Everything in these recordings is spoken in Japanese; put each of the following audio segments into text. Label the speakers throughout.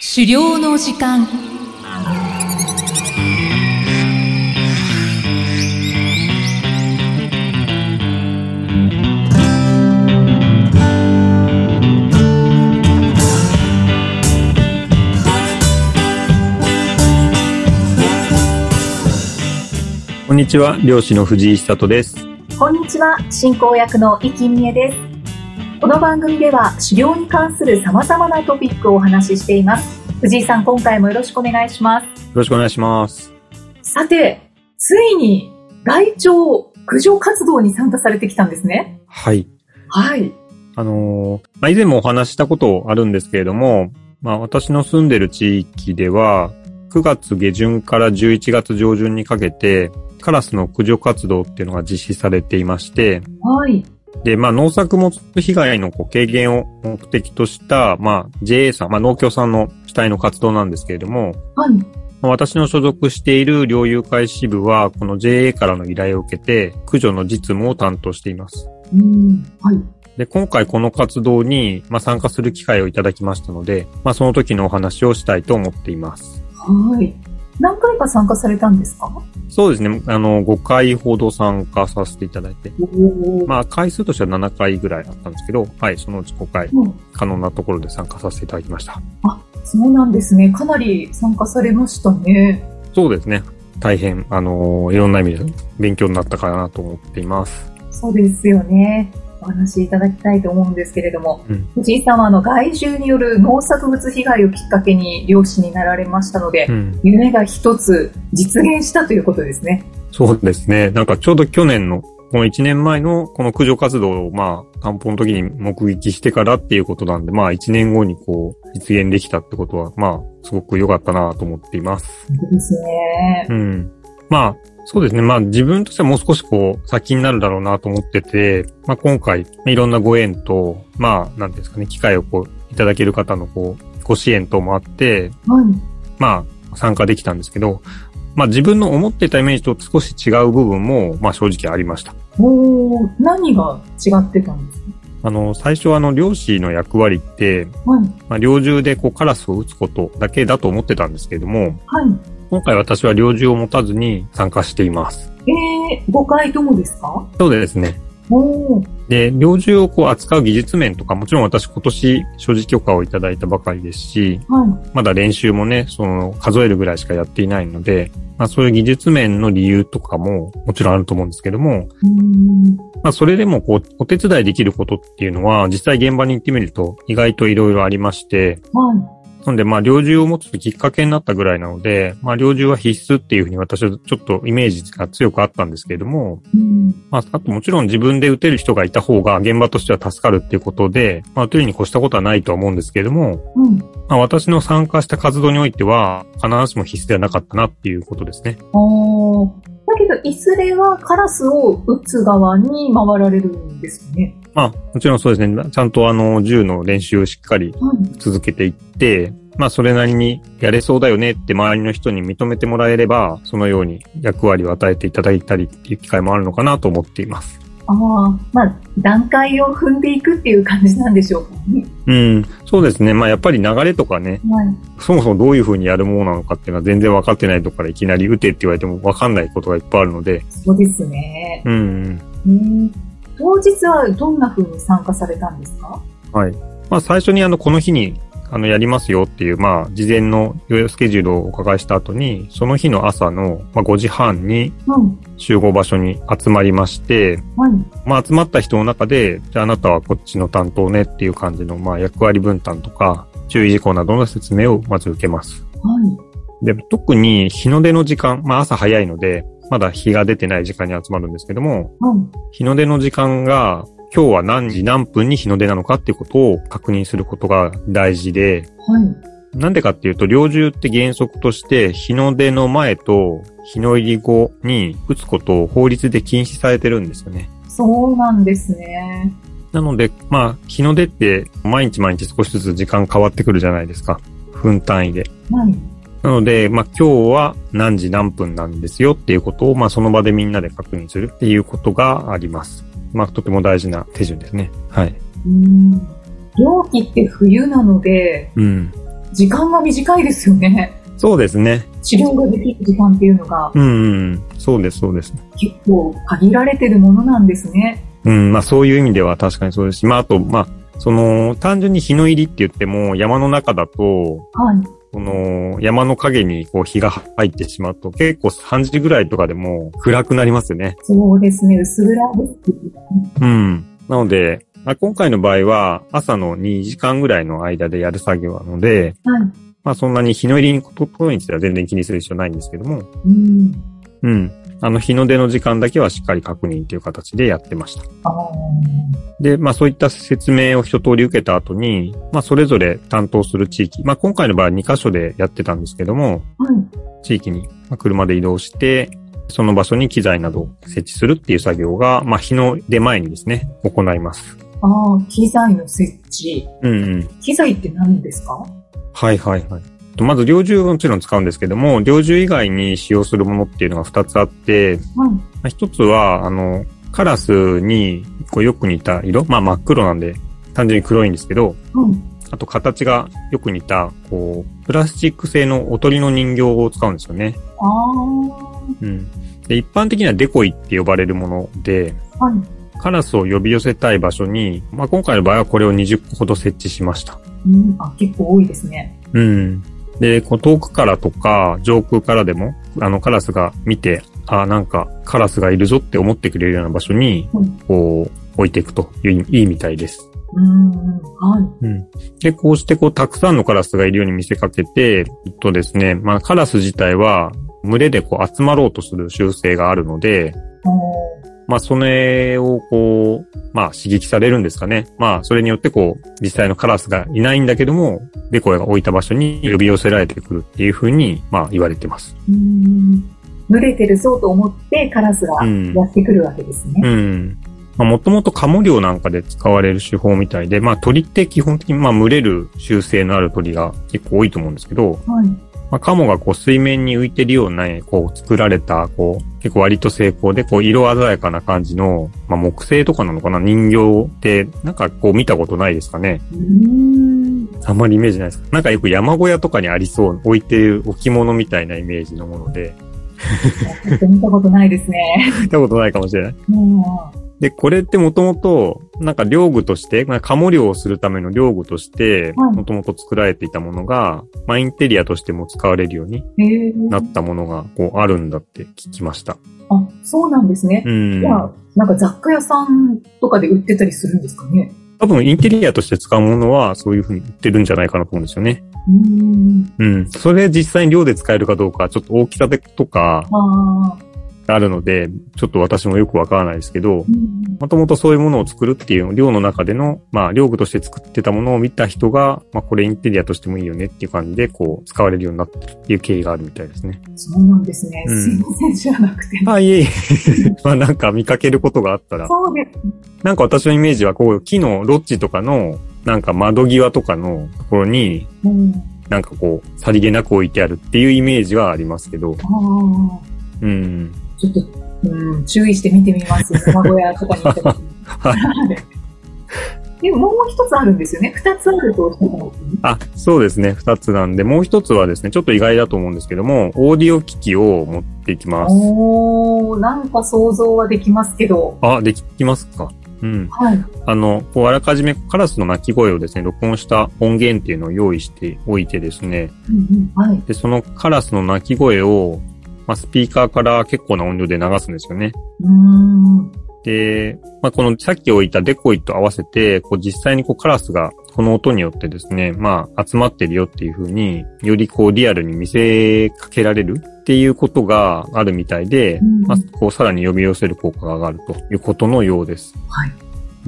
Speaker 1: 狩猟の時間
Speaker 2: こんにちは、漁師の藤井久人です。
Speaker 3: こんにちは、進行役の生きみえです。この番組では狩猟に関する様々なトピックをお話ししています。藤井さん、今回もよろしくお願いしま
Speaker 2: よろしくお願いします。
Speaker 3: す。さて、ついに外鳥駆除活動に参加されてきたんですね。
Speaker 2: はい。
Speaker 3: はい。
Speaker 2: あのーまあ、以前もお話ししたことあるんですけれども、まあ、私の住んでる地域では、9月下旬から11月上旬にかけて、カラスの駆除活動っていうのが実施されていまして、
Speaker 3: はい。
Speaker 2: で、まあ、農作物被害のこう軽減を目的とした、まあ、JA さん、まあ、農協さんの主体の活動なんですけれども、
Speaker 3: はい。
Speaker 2: まあ私の所属している猟友会支部は、この JA からの依頼を受けて、駆除の実務を担当しています。
Speaker 3: うん。はい。
Speaker 2: で、今回この活動に、まあ、参加する機会をいただきましたので、まあ、その時のお話をしたいと思っています。
Speaker 3: はい。何回か参加されたんですか
Speaker 2: そうですね。あの、5回ほど参加させていただいて、
Speaker 3: おお
Speaker 2: まあ、回数としては7回ぐらいあったんですけど、はい、そのうち5回、可能なところで参加させていただきました。
Speaker 3: そうなんですね。かなり参加されましたね。
Speaker 2: そうですね。大変、あの、いろんな意味で勉強になったかなと思っています。
Speaker 3: そうですよね。お話しいただきたいと思うんですけれども、
Speaker 2: うん
Speaker 3: 藤井さんはあの害獣による農作物被害をきっかけに漁師になられましたので、
Speaker 2: うん。
Speaker 3: 夢が一つ実現したということですね。
Speaker 2: そうですね。なんかちょうど去年の、この1年前のこの駆除活動をまあ、担保の時に目撃してからっていうことなんで、まあ1年後にこう、実現できたってことは、まあ、すごく良かったなと思っています。
Speaker 3: 本当ですね
Speaker 2: う。ん。まあ、そうですね。まあ自分としてはもう少しこう、先になるだろうなと思ってて、まあ今回、いろんなご縁と、まあ、なんていうんですかね、機会をこう、いただける方のこう、ご支援等もあって、
Speaker 3: はい。
Speaker 2: まあ、参加できたんですけど、まあ自分の思ってたイメージと少し違う部分も、まあ正直ありました。
Speaker 3: おー何が違ってたんですか
Speaker 2: あの、最初はあの、漁師の役割って、
Speaker 3: はい。
Speaker 2: まあ猟銃でこうカラスを撃つことだけだと思ってたんですけれども、
Speaker 3: はい。
Speaker 2: 今回私は猟銃を持たずに参加しています。
Speaker 3: えー、5回ともですか
Speaker 2: そうですね。
Speaker 3: おー
Speaker 2: で、猟銃をこう扱う技術面とか、もちろん私今年所持許可をいただいたばかりですし、
Speaker 3: はい。
Speaker 2: まだ練習もね、その数えるぐらいしかやっていないので、まあそういう技術面の理由とかももちろんあると思うんですけども、
Speaker 3: うーん
Speaker 2: まあ、それでもこう、お手伝いできることっていうのは、実際現場に行ってみると意外といろいろありまして、
Speaker 3: はい。
Speaker 2: なんで、まあ、猟銃を持つきっかけになったぐらいなので、まあ、猟銃は必須っていうふうに私はちょっとイメージが強くあったんですけれども、
Speaker 3: うん
Speaker 2: まあ、あともちろん自分で撃てる人がいた方が現場としては助かるっていうことで、まあ、撃てるに越したことはないとは思うんですけれども、
Speaker 3: うん。
Speaker 2: まあ、私の参加した活動においては、必ずしも必須ではなかったなっていうことですね。
Speaker 3: ああ。だけど、いずれはカラスを撃つ側に回られるんですかね。
Speaker 2: まあ、もちろんそうですね。ちゃんとあの、銃の練習をしっかり
Speaker 3: はい。
Speaker 2: 続けていって、まあそれなりにやれそうだよねって周りの人に認めてもらえれば、そのように役割を与えていただいたりっていう機会もあるのかなと思っています。
Speaker 3: ああ、まあ、段階を踏んでいくっていう感じなんでしょうかね。
Speaker 2: うん、そうですね。まあやっぱり流れとかね、
Speaker 3: はい。
Speaker 2: そもそもどういうふうにやるものなのかっていうのは全然分かってないとこからいきなり打てって言われても分かんないことがいっぱいあるので、
Speaker 3: そうですね。
Speaker 2: うん、
Speaker 3: うん。当日はどんな風に参加されたんですか
Speaker 2: はい。まあ最初にあの、この日にあの、やりますよっていう、まあ、事前の予約スケジュールをお伺いした後に、その日の朝の、まあ、5時半に
Speaker 3: うん。
Speaker 2: 集合場所に集まりまして、
Speaker 3: はい。
Speaker 2: まあ、集まった人の中で、じゃああなたはこっちの担当ねっていう感じの、まあ、役割分担とか、注意事項などの説明をまず受けます。
Speaker 3: はい。
Speaker 2: で、特に日の出の時間、まあ、朝早いので、まだ日が出てない時間に集まるんですけども、
Speaker 3: はい。
Speaker 2: 日の出の時間が、今日は何時何分に日の出なのかっていうことを確認することが大事で、
Speaker 3: はい。
Speaker 2: なんでかっていうと、猟銃って原則として、日の出の前と日の入り後に撃つことを法律で禁止されてるんですよね。
Speaker 3: そうなんですね。
Speaker 2: なので、まあ、日の出って毎日毎日少しずつ時間変わってくるじゃないですか。分単位で。
Speaker 3: はい。
Speaker 2: なので、まあ今日は何時何分なんですよっていうことを、まあその場でみんなで確認するっていうことがあります。まあとても大事な手順ですね。はい。
Speaker 3: うん。容器って冬なので、
Speaker 2: うん。
Speaker 3: 時間が短いですよね。
Speaker 2: そうですね。
Speaker 3: 狩猟ができる時間っていうのが
Speaker 2: うん、うん。そうです、そうです。
Speaker 3: 結構限られてるものなんですね。
Speaker 2: うん、まあそういう意味では確かにそうですし、まああと、まあ、その、単純に日の入りって言っても、山の中だと、
Speaker 3: はい。
Speaker 2: この山の影にこう日が入ってしまうと、結構3時ぐらいとかでもう暗くなりますよね。
Speaker 3: そうですね。薄暗いですけど。
Speaker 2: うん。なので、まあ、今回の場合は朝の2時間ぐらいの間でやる作業なので、
Speaker 3: はい。
Speaker 2: まあそんなに日の入りにことについては全然気にする必要ないんですけども、
Speaker 3: うん。
Speaker 2: うん。あの日の出の時間だけはしっかり確認という形でやってました。
Speaker 3: ああ。
Speaker 2: で、まあそういった説明を一通り受けた後に、まあそれぞれ担当する地域、まあ今回の場合2カ所でやってたんですけども、
Speaker 3: はい。
Speaker 2: 地域にまあ車で移動して、その場所に機材などを設置するっていう作業が、まあ日の出前にですね、行います。
Speaker 3: ああ、機材の設置。
Speaker 2: うんうん。
Speaker 3: 機材って何ですか
Speaker 2: はいはいはい。とまず、猟銃はもちろん使うんですけども、猟銃以外に使用するものっていうのが2つあって、
Speaker 3: はい。
Speaker 2: まあ一つは、あの、カラスにこうよく似た色、まあ真っ黒なんで、単純に黒いんですけど、
Speaker 3: はい。
Speaker 2: あと形がよく似た、こう、プラスチック製のおとりの人形を使うんですよね。
Speaker 3: ああ。
Speaker 2: うん。で、一般的にはデコイって呼ばれるもので、
Speaker 3: はい。
Speaker 2: カラスを呼び寄せたい場所に、まあ今回の場合はこれを20個ほど設置しました。
Speaker 3: うん。あ、結構多いですね。
Speaker 2: うん。で、こう遠くからとか、上空からでも、あの、カラスが見て、あなんか、カラスがいるぞって思ってくれるような場所に
Speaker 3: うん、
Speaker 2: こう、置いていくという、いいみたいです。
Speaker 3: うん。はい。
Speaker 2: うん。で、こうして、こう、たくさんのカラスがいるように見せかけて、えっとですね、まあ、カラス自体は、群れでこう、集まろうとする習性があるので、
Speaker 3: あ
Speaker 2: まあ、それをこう、まあ、刺激されるんですかね。まあ、それによってこう、実際のカラスがいないんだけども、デコイが置いた場所に呼び寄せられてくるっていうふうに、まあ、言われてます。
Speaker 3: ーうん。群れてるぞと思ってカラスが
Speaker 2: うん
Speaker 3: や。ってくるわけですね。
Speaker 2: うん。まあ、もともとカモ猟なんかで使われる手法みたいで、まあ、鳥って基本的に、まあ、群れる習性のある鳥が結構多いと思うんですけど、
Speaker 3: はい。
Speaker 2: まあ、カモがこう、水面に浮いてるような、こう、作られた、こう、結構割と成功で、こう、色鮮やかな感じの、まあ、木製とかなのかな、人形って、なんかこう、見たことないですかね。
Speaker 3: うーん。
Speaker 2: あんまりイメージないですかなんかよく山小屋とかにありそう、置いてる置物みたいなイメージのもので、
Speaker 3: ちょっと見たことないですね。
Speaker 2: 見たことないかもしれない。
Speaker 3: もう
Speaker 2: で、これってもともと、なんか漁具として、まあ、カモ漁をするための漁具として、
Speaker 3: はい
Speaker 2: もともと作られていたものが、まあ、インテリアとしても使われるように
Speaker 3: へえ
Speaker 2: なったものが、こう、あるんだって聞きました。
Speaker 3: あ、そうなんですね。
Speaker 2: うん
Speaker 3: じ。ゃあ、なんか雑貨屋さんとかで売ってたりするんですかね。
Speaker 2: 多分、インテリアとして使うものは、そういうふうに言ってるんじゃないかなと思うんですよね。
Speaker 3: うーん。
Speaker 2: うん。それ実際に漁で使えるかどうか、ちょっと大きさでとか、
Speaker 3: ああ。
Speaker 2: あるので、ちょっと私もよくわからないですけど
Speaker 3: う、ん。
Speaker 2: もともとそういうものを作るっていう、寮の中での、まあ、寮具として作ってたものを見た人が、まあ、これインテリアとしてもいいよねっていう感じで、こう、使われるようになったっていう経緯があるみたいですね。
Speaker 3: そうなんですね。
Speaker 2: うん
Speaker 3: すいません、知らなくて。
Speaker 2: あ、いえいえ。 まあ、なんか見かけることがあったら、
Speaker 3: そうです。
Speaker 2: なんか私のイメージは、こう、木のロッジとかの、なんか窓際とかのところに、
Speaker 3: うん。
Speaker 2: なんかこう、さりげなく置いてあるっていうイメージはありますけど、
Speaker 3: あ
Speaker 2: うん。
Speaker 3: あ。ちょっと、うん、注意して見てみます。山小屋とかに行った時に。 でも、もう一つあるんですよね。二つあるとおっしゃったんですね。
Speaker 2: あ、そうですね。二つなんで、もう一つはですね、ちょっと意外だと思うんですけども、オーディオ機器を持っていきます。
Speaker 3: おー、なんか想像はできますけど。
Speaker 2: あ、できますか。うん。
Speaker 3: はい。
Speaker 2: あの、こうあらかじめカラスの鳴き声をですね、録音した音源っていうのを用意しておいてですね、
Speaker 3: うんうん、はい。
Speaker 2: で、そのカラスの鳴き声を、まあ、スピーカーから結構な音量で流すんですよね。
Speaker 3: うーん。
Speaker 2: で、まあ、このさっき置いたデコイと合わせて、こう実際にこうカラスがこの音によってですね、まあ、集まってるよっていう風に、よりこうリアルに見せかけられるっていうことがあるみたいで、
Speaker 3: うん
Speaker 2: まあ、こうさらに呼び寄せる効果が上がるということのようです。
Speaker 3: はい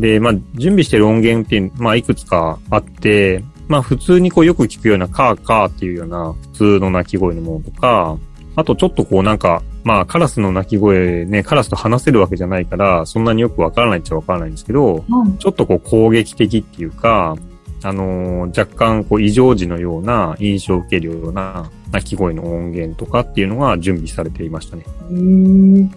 Speaker 2: で、まあ、準備してる音源っていう、まあ、いくつかあって、まあ、普通にこうよく聞くようなカーカーっていうような普通の鳴き声のものとか、あとちょっとこうなんか、まあカラスの鳴き声ね、カラスと話せるわけじゃないから、そんなによくわからないっちゃわからないんですけど、
Speaker 3: はい。
Speaker 2: ちょっとこう攻撃的っていうか、あのー若干こう異常時のような印象を受けるような鳴き声の音源とかっていうのが準備されていましたね。
Speaker 3: へえ。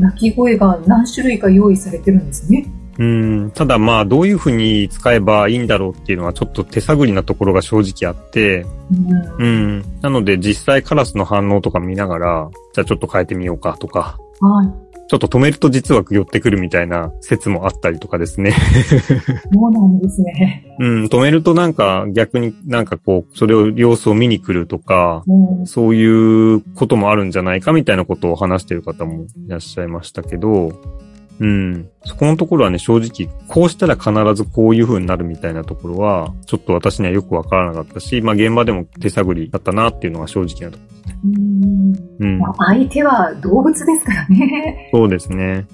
Speaker 3: 鳴き声が何種類か用意されてるんですね。
Speaker 2: うん、ただまあ、どういうふうに使えばいいんだろうっていうのはちょっと手探りなところが正直あって、
Speaker 3: うん
Speaker 2: うん。なので実際カラスの反応とか見ながら、じゃあちょっと変えてみようかとか、
Speaker 3: はい。
Speaker 2: ちょっと止めると実は寄ってくるみたいな説もあったりとかですね。
Speaker 3: そうなんですね。
Speaker 2: うん、止めるとなんか逆になんかこう、それを様子を見に来るとか、
Speaker 3: うん
Speaker 2: そういうこともあるんじゃないかみたいなことを話してる方もいらっしゃいましたけど、うん。そこのところはね、正直、こうしたら必ずこういう風になるみたいなところは、ちょっと私にはよくわからなかったし、まあ現場でも手探りだったなっていうのが正直なとこ
Speaker 3: うん
Speaker 2: ろ。うん。
Speaker 3: まあ相手は動物ですからね。
Speaker 2: そうですね。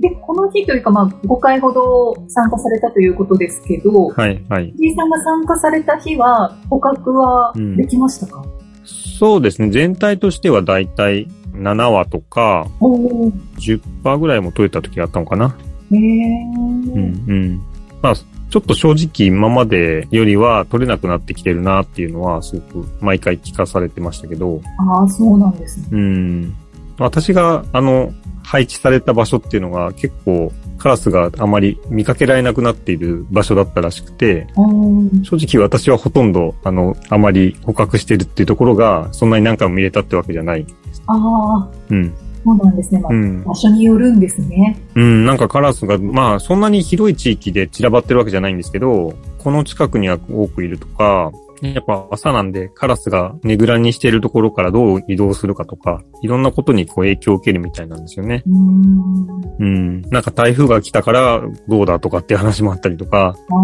Speaker 3: で、この日というか、まあ、5回ほど参加されたということですけど、
Speaker 2: はい、はい。
Speaker 3: 藤井さんが参加された日は、捕獲はできましたか、
Speaker 2: そうですね。全体としてはだいたい7話とか、
Speaker 3: おお、
Speaker 2: 10%ぐらいも取れた時があったのかな。
Speaker 3: へえ
Speaker 2: うん、うん。まあ、ちょっと正直今までよりは取れなくなってきてるなっていうのは、すごく毎回聞かされてましたけど、
Speaker 3: ああ、そうなんですね。
Speaker 2: うん。私が、あの、配置された場所っていうのが結構カラスがあまり見かけられなくなっている場所だったらしくて、
Speaker 3: うん
Speaker 2: 正直私はほとんど、あの、あまり捕獲してるっていうところが、そんなに何回も見れたってわけじゃない。
Speaker 3: ああ、
Speaker 2: うん。
Speaker 3: そうなんですね。まあ
Speaker 2: うん。
Speaker 3: 場所によるんですね。
Speaker 2: うん、なんかカラスが、まあそんなに広い地域で散らばってるわけじゃないんですけど、この近くには多くいるとか、やっぱ朝なんでカラスがねぐらにしてるところからどう移動するかとか、いろんなことにこう影響を受けるみたいなんですよね。
Speaker 3: うん。
Speaker 2: うん。なんか台風が来たからどうだとかって話もあったりとか、
Speaker 3: ああ、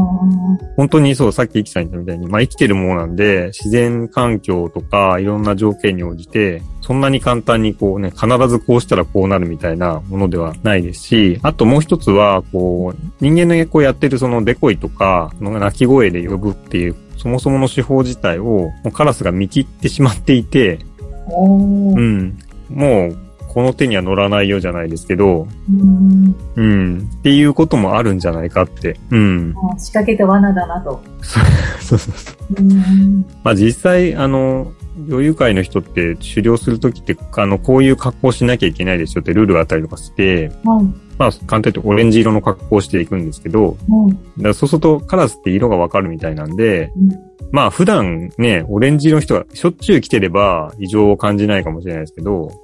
Speaker 2: 本当にそう、さっき生きさん言ったみたいに、まあ生きてるものなんで、自然環境とかいろんな条件に応じて、そんなに簡単にこうね、必ずこうしたらこうなるみたいなものではないですし、あともう一つは、こう、人間のこうやってるそのデコイとか、その鳴き声で呼ぶっていう、そもそもの手法自体を、もうカラスが見切ってしまっていて、
Speaker 3: おお
Speaker 2: う、ん、もう、この手には乗らないよじゃないですけど、
Speaker 3: うん。
Speaker 2: うん、っていうこともあるんじゃないかって、うん。
Speaker 3: あー仕掛けた罠だなと。
Speaker 2: そうそうそう。
Speaker 3: うん。
Speaker 2: まあ実際、あの、余裕会の人って狩猟するときって、あの、こういう格好しなきゃいけないですよってルールがあったりとかして、
Speaker 3: はい。
Speaker 2: まあ簡単に言うとオレンジ色の格好をしていくんですけど、
Speaker 3: はい。
Speaker 2: だからそうするとカラスって色がわかるみたいなんで、
Speaker 3: うん
Speaker 2: まあ普段ね、オレンジ色の人がしょっちゅう来てれば異常を感じないかもしれないですけど、
Speaker 3: はい。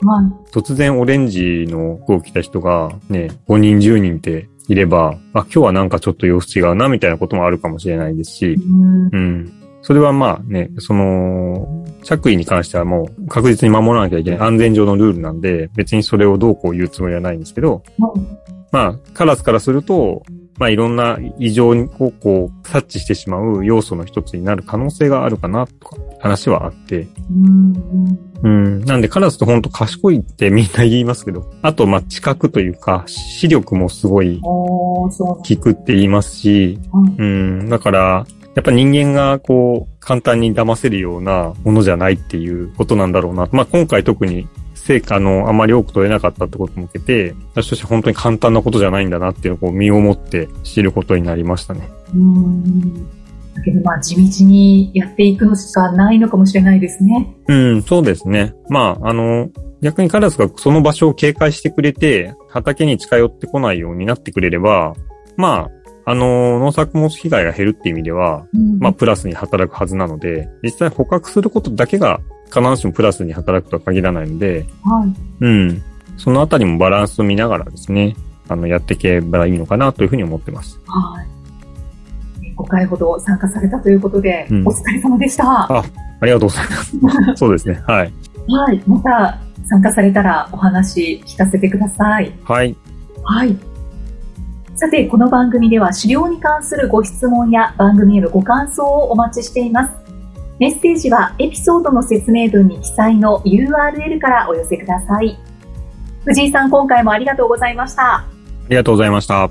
Speaker 2: 突然オレンジの服を着た人がね、5人10人っていれば、あ、今日はなんかちょっと様子違うなみたいなこともあるかもしれないですし、
Speaker 3: うん。
Speaker 2: うん。それはまあね、その、着衣に関してはもう確実に守らなきゃいけない安全上のルールなんで、別にそれをどうこう言うつもりはないんですけど、
Speaker 3: はい
Speaker 2: まあ、カラスからすると、まあいろんな異常をこう察知してしまう要素の一つになる可能性があるかなとか話はあって、
Speaker 3: うん。
Speaker 2: うん。なんでカラスってほんと賢いってみんな言いますけど、あとまあ知覚というか視力もすごい
Speaker 3: おお、そうなん
Speaker 2: 効くって言いますし、
Speaker 3: はい
Speaker 2: うん、だから、やっぱ人間がこう、簡単に騙せるようなものじゃないっていうことなんだろうな。まあ今回特に成果のあまり多く取れなかったってことも受けて、私として本当に簡単なことじゃないんだなっていうのをこう身をもって知ることになりましたね。
Speaker 3: うん。だけど、まあ、地道にやっていくのしかないのかもしれないですね。
Speaker 2: うん、そうですね。まあ、あの、逆にカラスがその場所を警戒してくれて、畑に近寄ってこないようになってくれれば、まあ、あの、農作物被害が減るって意味では、
Speaker 3: うん
Speaker 2: まあ、プラスに働くはずなので、実際捕獲することだけが必ずしもプラスに働くとは限らないので、
Speaker 3: はい。
Speaker 2: うん。そのあたりもバランスを見ながらですね、あの、やっていけばいいのかなというふうに思ってます。
Speaker 3: はい。5回ほど参加されたということで、
Speaker 2: うん
Speaker 3: お疲れ様でした。
Speaker 2: あありがとうござい ます。そうですね。はい。
Speaker 3: はい。また参加されたらお話聞かせてください。
Speaker 2: はい。
Speaker 3: はい。さて、この番組では狩猟に関するご質問や番組へのご感想をお待ちしています。メッセージはエピソードの説明文に記載の URL からお寄せください。藤井さん、今回もありがとうございました。
Speaker 2: ありがとうございました。